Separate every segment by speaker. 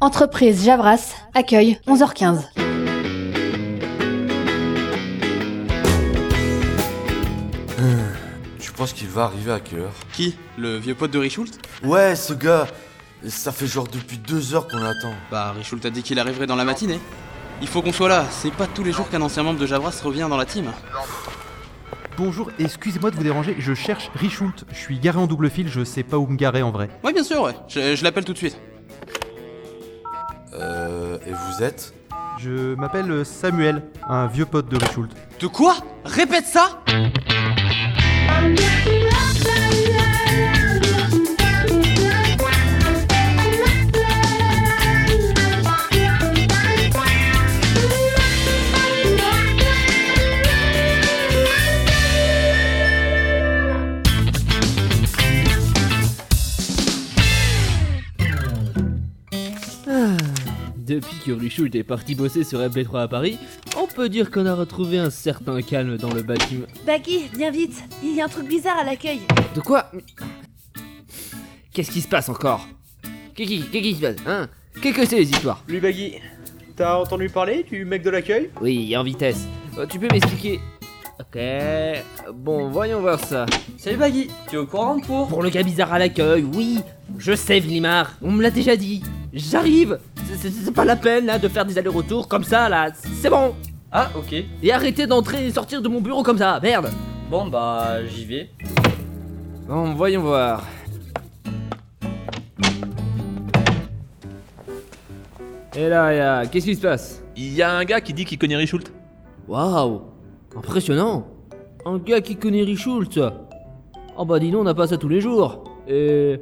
Speaker 1: Entreprise Javras accueille 11h15.
Speaker 2: Tu penses qu'il va arriver à quelle heure
Speaker 3: Qui Le vieux pote de Richult
Speaker 2: Ouais, ce gars Ça fait genre depuis deux heures qu'on l'attend.
Speaker 3: Bah, Richult a dit qu'il arriverait dans la matinée. Il faut qu'on soit là, c'est pas tous les jours qu'un ancien membre de Javras revient dans la team.
Speaker 4: Bonjour, excusez-moi de vous déranger, je cherche Richult. Je suis garé en double fil, je sais pas où me garer en vrai.
Speaker 3: Ouais, bien sûr, ouais, je, je l'appelle tout de suite.
Speaker 2: Euh. Et vous êtes
Speaker 4: Je m'appelle euh, Samuel, un vieux pote de Richult.
Speaker 3: De quoi Répète ça
Speaker 5: Depuis que Richult est parti bosser sur FB3 à Paris, on peut dire qu'on a retrouvé un certain calme dans le bâtiment.
Speaker 6: Baggy, viens vite, il y a un truc bizarre à l'accueil.
Speaker 5: De quoi Qu'est-ce qui se passe encore Qu'est-ce qui, qu'est-ce qui se passe Hein Qu'est-ce que c'est les histoires
Speaker 7: Lui Baggy, t'as entendu parler du mec de l'accueil
Speaker 5: Oui, en vitesse. Euh, Tu peux m'expliquer Ok. Bon, voyons voir ça.
Speaker 7: Salut Baggy, tu es au courant pour
Speaker 5: Pour le gars bizarre à l'accueil, oui Je sais, Vlimar On me l'a déjà dit J'arrive C'est- C'est c'est pas la peine là de faire des allers-retours comme ça là C'est bon
Speaker 7: Ah ok,
Speaker 5: Et arrêtez d'entrer et sortir de mon bureau comme ça Merde
Speaker 7: bon bah j'y vais.
Speaker 5: Bon, voyons voir. Et là, et là, Eh, qu'est-ce qui se passe
Speaker 8: Il y a un gars qui dit qu'il connaît Richult.
Speaker 5: Waouh Impressionnant Un gars qui connaît Richult Oh bah dis donc, on n'a pas ça tous les jours. Et...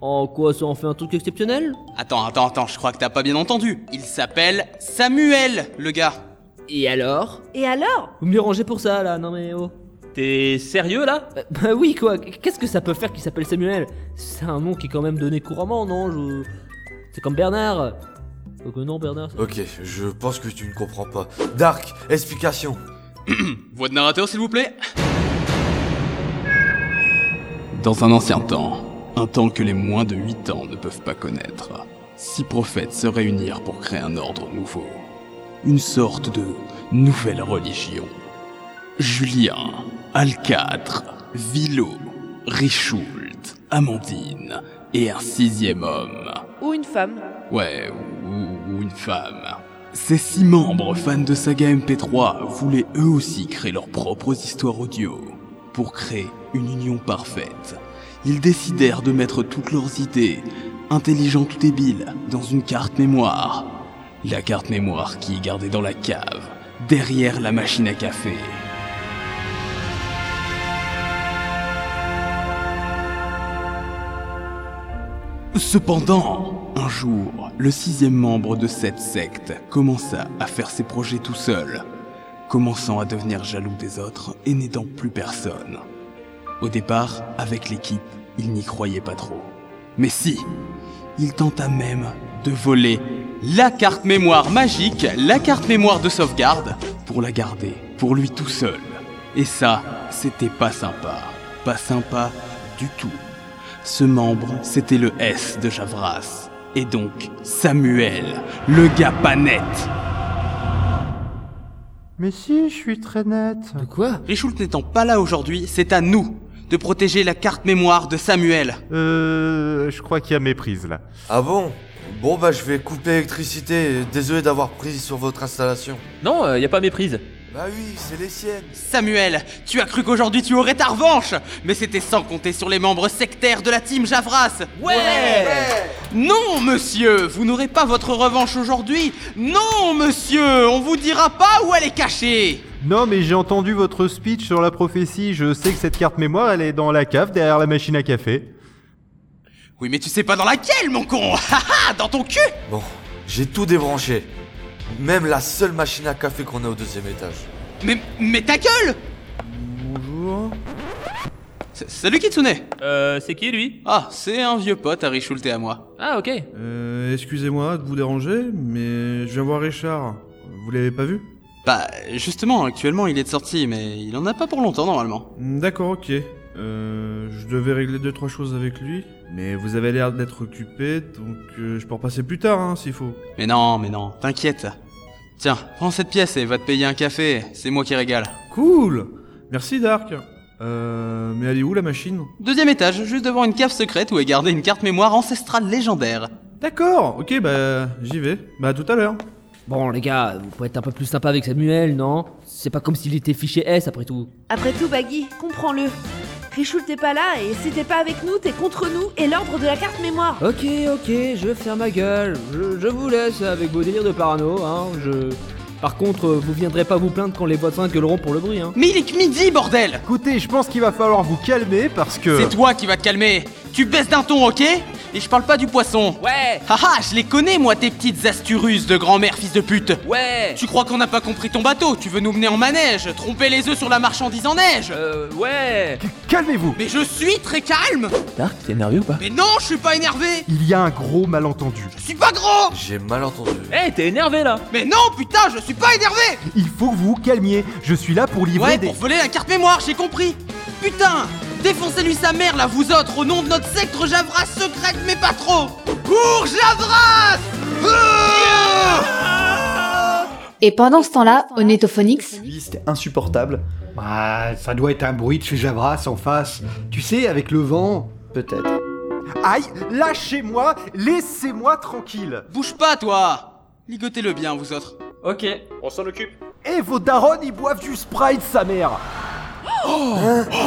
Speaker 5: En quoi ça en fait un truc exceptionnel
Speaker 3: Attends, attends, attends, je crois que t'as pas bien entendu. Il s'appelle Samuel, le gars.
Speaker 5: Et alors
Speaker 6: Et alors
Speaker 5: Vous me dérangez pour ça là, non mais oh
Speaker 8: T'es sérieux là
Speaker 5: Euh, Bah oui quoi, qu'est-ce que ça peut faire qu'il s'appelle Samuel C'est un nom qui est quand même donné couramment, non Je- C'est comme Bernard Quoique non Bernard... c'est-
Speaker 2: Ok, je pense que tu ne comprends pas. Dark, explication
Speaker 3: Voix de narrateur, s'il vous plaît. Dans un ancien temps, un temps que les moins de 8 ans ne peuvent pas connaître, six prophètes se réunirent pour créer un ordre nouveau. Une sorte de nouvelle religion. Julien, Alcâtre, Vilo, Richoult, Amandine et un sixième homme.
Speaker 6: Ou une femme.
Speaker 3: Ouais, ou, ou une femme. Ces six membres fans de saga MP3 voulaient eux aussi créer leurs propres histoires audio. Pour créer une union parfaite, ils décidèrent de mettre toutes leurs idées, intelligentes ou débiles, dans une carte mémoire. La carte mémoire qui est gardée dans la cave, derrière la machine à café. Cependant, un jour, le sixième membre de cette secte commença à faire ses projets tout seul, commençant à devenir jaloux des autres et n'aidant plus personne. Au départ, avec l'équipe, il n'y croyait pas trop. Mais si, il tenta même de voler la carte mémoire magique, la carte mémoire de sauvegarde, pour la garder pour lui tout seul. Et ça, c'était pas sympa. Pas sympa du tout. Ce membre, c'était le S de Javras. Et donc, Samuel, le gars pas net.
Speaker 4: Mais si, je suis très net.
Speaker 5: De quoi
Speaker 3: Richoult n'étant pas là aujourd'hui, c'est à nous de protéger la carte mémoire de Samuel.
Speaker 4: Euh. Je crois qu'il y a méprise là.
Speaker 2: Ah bon Bon bah je vais couper l'électricité, désolé d'avoir pris sur votre installation.
Speaker 8: Non, euh, y a pas méprise.
Speaker 2: Bah oui, c'est les siennes
Speaker 3: Samuel, tu as cru qu'aujourd'hui tu aurais ta revanche Mais c'était sans compter sur les membres sectaires de la team Javras Ouais, Non, monsieur, vous n'aurez pas votre revanche aujourd'hui Non, monsieur, on vous dira pas où elle est cachée
Speaker 4: Non, mais j'ai entendu votre speech sur la prophétie. Je sais que cette carte mémoire, elle est dans la cave derrière la machine à café.
Speaker 3: Oui, mais tu sais pas dans laquelle, mon con Haha, Dans ton cul
Speaker 2: Bon, j'ai tout débranché. Même la seule machine à café qu'on a au deuxième étage.
Speaker 3: Mais, mais ta gueule
Speaker 4: Bonjour.
Speaker 3: S- Salut Kitsune
Speaker 8: Euh, c'est qui lui
Speaker 3: Ah, c'est un vieux pote à Richoult et à moi.
Speaker 8: Ah, ok.
Speaker 9: Euh, excusez-moi de vous déranger, mais je viens voir Richard. Vous l'avez pas vu
Speaker 3: Bah, justement, actuellement il est de sortie, mais il
Speaker 9: Mm,
Speaker 3: en a pas pour longtemps normalement.
Speaker 9: Hmm, D'accord, ok. Euh, je devais régler deux trois choses avec lui, Mais vous avez l'air d'être occupé, donc euh, je peux repasser plus tard hein, s'il faut.
Speaker 3: Mais non, mais non, t'inquiète. Tiens, prends cette pièce et va te payer un café, c'est moi qui régale.
Speaker 9: Cool Merci Dark Euh. Mais elle est où la machine
Speaker 3: Deuxième étage, juste devant une cave secrète où est gardée une carte mémoire ancestrale légendaire.
Speaker 9: D'accord, ok, bah j'y vais. Bah à tout à l'heure.
Speaker 5: Bon, les gars, vous pouvez être un peu plus sympa avec Samuel, non C'est pas comme s'il était fiché S après tout.
Speaker 6: Après tout, Baggy, comprends-le. Richoult t'es pas là, et si t'es pas avec nous, t'es contre nous et l'ordre de la carte mémoire.
Speaker 5: Ok, ok, je ferme ma gueule. Je, je vous laisse avec vos délires de parano, hein. Je. Par contre, euh, vous viendrez pas vous plaindre quand les voisins gueuleront pour le bruit, hein.
Speaker 3: Mais il est que midi, bordel
Speaker 4: Écoutez, je pense qu'il va falloir vous calmer parce que.
Speaker 3: C'est toi qui vas te calmer Tu baisses d'un ton, ok Et je parle pas du poisson
Speaker 5: Ouais,
Speaker 3: Haha, je les connais, moi, tes petites asturuses de grand-mère fils de pute
Speaker 5: ouais.
Speaker 3: Tu crois qu'on n'a pas compris ton bateau Tu veux nous mener en manège Tromper les œufs sur la marchandise en neige
Speaker 5: Euh, ouais.
Speaker 4: Calmez-vous
Speaker 3: Mais je suis très calme
Speaker 8: Dark, t'es nerveux ou pas
Speaker 3: Mais non, je suis pas énervé
Speaker 4: Il y a un gros malentendu.
Speaker 3: Je suis pas gros
Speaker 2: J'ai mal entendu.
Speaker 8: Eh, t'es énervé là
Speaker 3: Mais non, putain, je suis pas énervé
Speaker 4: Il faut que vous vous calmiez. Je suis là pour livrer
Speaker 3: Ouais,
Speaker 4: des.
Speaker 3: pour voler la carte mémoire, j'ai compris Putain Défoncez-lui sa mère, là, vous autres, au nom de notre secte Javras secrète, mais pas trop Pour Javras Ah
Speaker 1: Et pendant ce temps-là, au Netophonix,
Speaker 10: C'était insupportable. Bah, ça doit être un bruit de chez Javras en face. Tu sais, avec le vent. Peut-être.
Speaker 4: Aïe Lâchez-moi Laissez-moi tranquille
Speaker 3: Bouge pas, toi Ligotez-le bien, vous autres.
Speaker 7: Ok, on s'en occupe.
Speaker 4: Et vos darons, ils boivent du sprite, sa mère
Speaker 3: Oh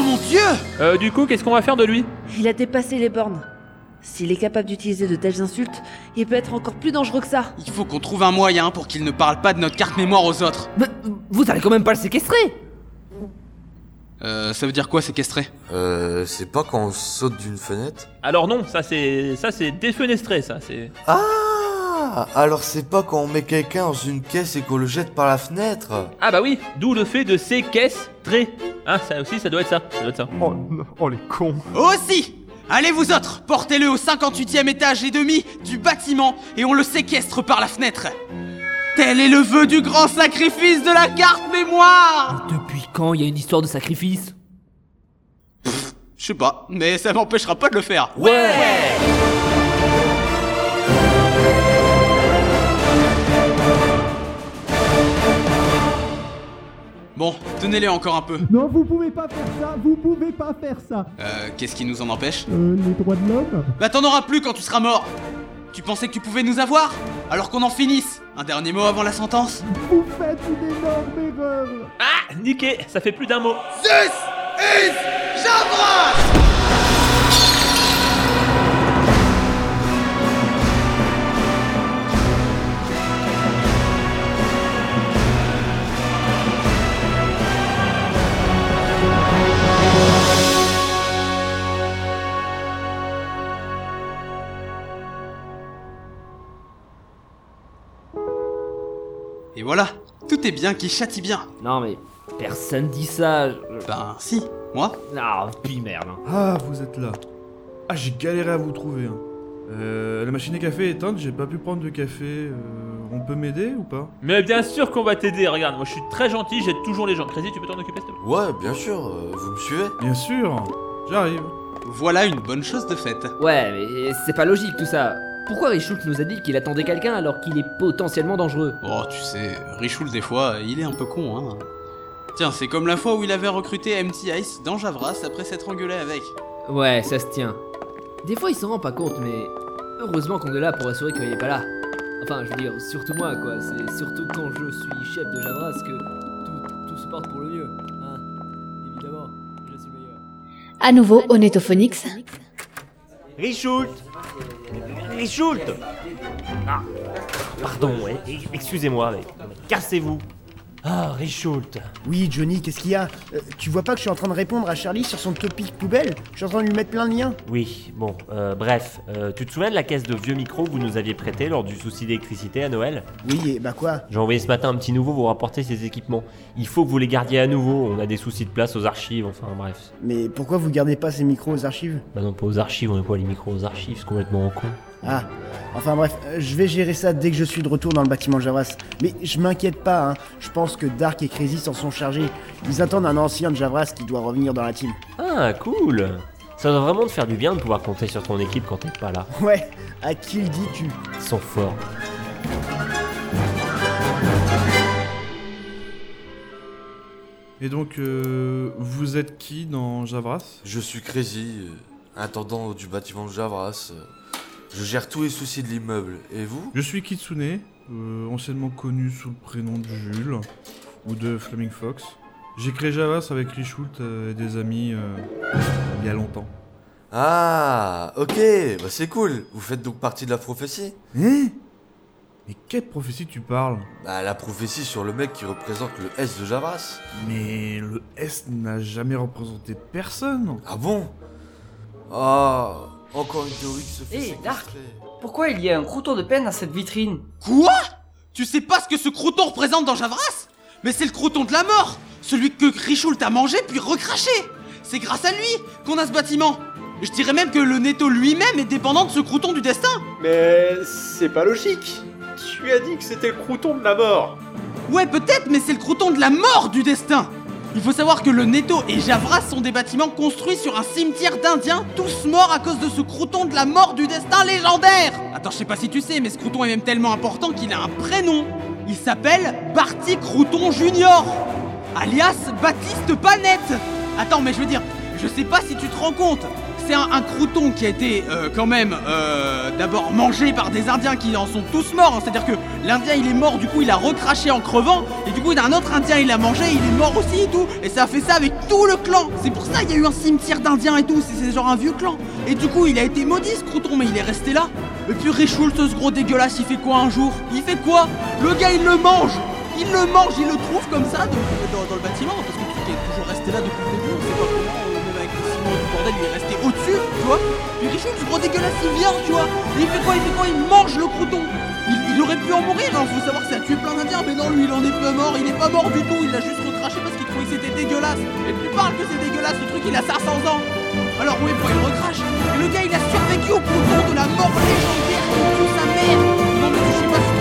Speaker 3: mon dieu
Speaker 8: Euh, du coup, qu'est-ce qu'on va faire de lui
Speaker 6: Il a dépassé les bornes. S'il est capable d'utiliser de telles insultes, il peut être encore plus dangereux que ça.
Speaker 3: Il faut qu'on trouve un moyen pour qu'il ne parle pas de notre carte mémoire aux autres.
Speaker 5: Mais, vous allez quand même pas le séquestrer
Speaker 3: Euh, ça veut dire quoi, séquestrer
Speaker 2: Euh, c'est pas quand on saute d'une fenêtre
Speaker 8: Alors non, ça c'est. Ça c'est défenestré, ça. C'est.
Speaker 2: Ah Alors c'est pas quand on met quelqu'un dans une caisse et qu'on le jette par la fenêtre
Speaker 8: Ah bah oui, d'où le fait de séquestrer. Ah, ça aussi, ça doit être ça. Ça doit être ça.
Speaker 4: Oh, non, oh les cons
Speaker 3: Aussi Allez, vous autres, portez-le au 58e étage et demi du bâtiment et on le séquestre par la fenêtre. Tel est le vœu du grand sacrifice de la carte mémoire
Speaker 5: Depuis quand il y a une histoire de sacrifice
Speaker 3: Je sais pas, mais ça m'empêchera pas de le faire. Bon, tenez-les encore un peu.
Speaker 11: Non, vous pouvez pas faire ça, vous pouvez pas faire ça.
Speaker 3: Euh, qu'est-ce qui nous en empêche
Speaker 11: Euh, les droits de l'homme
Speaker 3: Bah t'en auras plus quand tu seras mort Tu pensais que tu pouvais nous avoir Alors qu'on en finisse Un dernier mot avant la sentence
Speaker 11: Vous faites une énorme erreur.
Speaker 8: Ah, niqué, ça fait plus d'un mot.
Speaker 3: Et voilà, tout est bien qui châtie bien.
Speaker 5: Non, mais personne dit ça. je-
Speaker 3: Ben si, moi
Speaker 5: Ah, puis merde. hein.
Speaker 9: Ah, vous êtes là. Ah, j'ai galéré à vous trouver. hein. Euh, la machine à café est éteinte, j'ai pas pu prendre de café. Euh, on peut m'aider ou pas
Speaker 8: Mais bien sûr qu'on va t'aider, regarde, moi je suis très gentil, j'aide toujours les gens. Crazy, tu peux t'en occuper s'il te plaît
Speaker 2: Ouais, bien sûr, euh, vous me suivez
Speaker 9: Bien sûr J'arrive.
Speaker 3: Voilà une bonne chose de faite.
Speaker 5: Ouais, mais c'est pas logique tout ça. Pourquoi Richoult nous a dit qu'il attendait quelqu'un alors qu'il est potentiellement dangereux
Speaker 3: Oh, tu sais, Richoul, des fois, il est un peu con, hein. Tiens, c'est comme la fois où il avait recruté MT Ice dans Javras après s'être engueulé avec.
Speaker 5: Ouais, ça se tient. Des fois, il s'en rend pas compte, mais heureusement qu'on est là pour assurer qu'il est pas là. Enfin, je veux dire, surtout moi, quoi. C'est surtout quand je suis chef de Javras que tout, tout se porte pour le mieux. Hein Évidemment, je suis meilleur.
Speaker 1: à nouveau au Netophonix,
Speaker 11: Richoult Richoult
Speaker 7: Ah, Pardon, excusez-moi, mais, cassez-vous. Ah, Richoult.
Speaker 11: Oui, Johnny, qu'est-ce qu'il y a Euh, Tu vois pas que je suis en train de répondre à Charlie sur son topic poubelle Je suis en train de lui mettre plein de liens.
Speaker 7: Oui, bon, euh, bref, euh, tu te souviens de la caisse de vieux micros que vous nous aviez prêtée lors du souci d'électricité à Noël
Speaker 11: Oui, et bah quoi
Speaker 7: J'ai envoyé ce matin un petit nouveau vous rapporter ces équipements. Il faut que vous les gardiez à nouveau, on a des soucis de place aux archives, enfin bref.
Speaker 11: Mais pourquoi vous gardez pas ces micros aux archives
Speaker 7: Bah non, pas aux archives, on est pas les micros aux archives, c'est complètement en con.
Speaker 11: Ah, enfin bref, euh, je vais gérer ça dès que je suis de retour dans le bâtiment Javras. Mais je m'inquiète pas, hein. je pense que Dark et Crazy s'en sont chargés. Ils attendent un ancien de Javras qui doit revenir dans la team.
Speaker 7: Ah, cool Ça doit vraiment te faire du bien de pouvoir compter sur ton équipe quand t'es pas là.
Speaker 12: Ouais, à qui le dis-tu
Speaker 7: Ils sont forts.
Speaker 4: Et donc, euh, vous êtes qui dans Javras
Speaker 2: Je suis Crazy, euh, intendant du bâtiment de Javras. euh, Je gère tous les soucis de l'immeuble. Et vous
Speaker 4: Je suis Kitsune, euh, anciennement connu sous le prénom de Jules ou de Flaming Fox. J'ai créé Javas avec Richult euh, et des amis euh, il y a longtemps.
Speaker 2: Ah, ok, bah c'est cool. Vous faites donc partie de la prophétie
Speaker 4: Hein Mais quelle prophétie tu parles
Speaker 2: Bah la prophétie sur le mec qui représente le S de Javras.
Speaker 4: Mais le S n'a jamais représenté personne
Speaker 2: Ah bon Ah, encore une théorie qui se fait
Speaker 5: Hé,
Speaker 2: séquestrer.
Speaker 5: Dark Pourquoi il y a un crouton de peine dans cette vitrine
Speaker 3: Quoi Tu sais pas ce que ce croûton représente dans Javras Mais c'est le croûton de la mort Celui que Richoult a mangé puis recraché C'est grâce à lui qu'on a ce bâtiment Je dirais même que le Netto lui-même est dépendant de ce croûton du destin
Speaker 13: Mais c'est pas logique. Tu as dit que c'était le crouton de la mort.
Speaker 3: Ouais, peut-être, mais c'est le croûton de la mort du destin Il faut savoir que le Netto et Javras sont des bâtiments construits sur un cimetière d'Indiens, tous morts à cause de ce croûton de la mort du destin légendaire Attends, je sais pas si tu sais, mais ce croûton est même tellement important qu'il a un prénom Il s'appelle Barty Crouton Junior Alias Baptiste Panette Attends, mais je veux dire, je sais pas si tu te rends compte c'est un, un crouton qui a été euh, quand même euh, d'abord mangé par des Indiens qui en sont tous morts. hein. C'est-à-dire que l'Indien il est mort, du coup il a recraché en crevant, et du coup d'un autre Indien il a mangé, il est mort aussi et tout. Et ça a fait ça avec tout le clan. C'est pour ça qu'il y a eu un cimetière d'Indiens et tout. C'est c'est genre un vieux clan. Et du coup il a été maudit ce crouton, mais il est resté là. Et puis Richult, ce gros dégueulasse, il fait quoi un jour Il fait quoi Le gars il le mange Il le mange, il le trouve comme ça dans, dans- dans le bâtiment, parce que le truc est toujours resté là depuis le début, on sait pas comment, euh, même avec le ciment du bordel, il est resté au-dessus, tu vois Puis Richard, ce gros dégueulasse, il vient, tu vois Et il fait quoi Il fait quoi Il mange le crouton il, il aurait pu en mourir, hein, faut savoir que ça a tué plein d'indiens, mais non, lui, il en est pas mort, il est pas mort du tout, il l'a juste recraché parce qu'il trouvait que c'était dégueulasse Et plus parle que c'est dégueulasse, ce truc, il a 500 ans Alors oui, bon, il recrache Et le gars, il a survécu au crouton de la mort légendaire qui tue sa mère Non, mais je sais pas si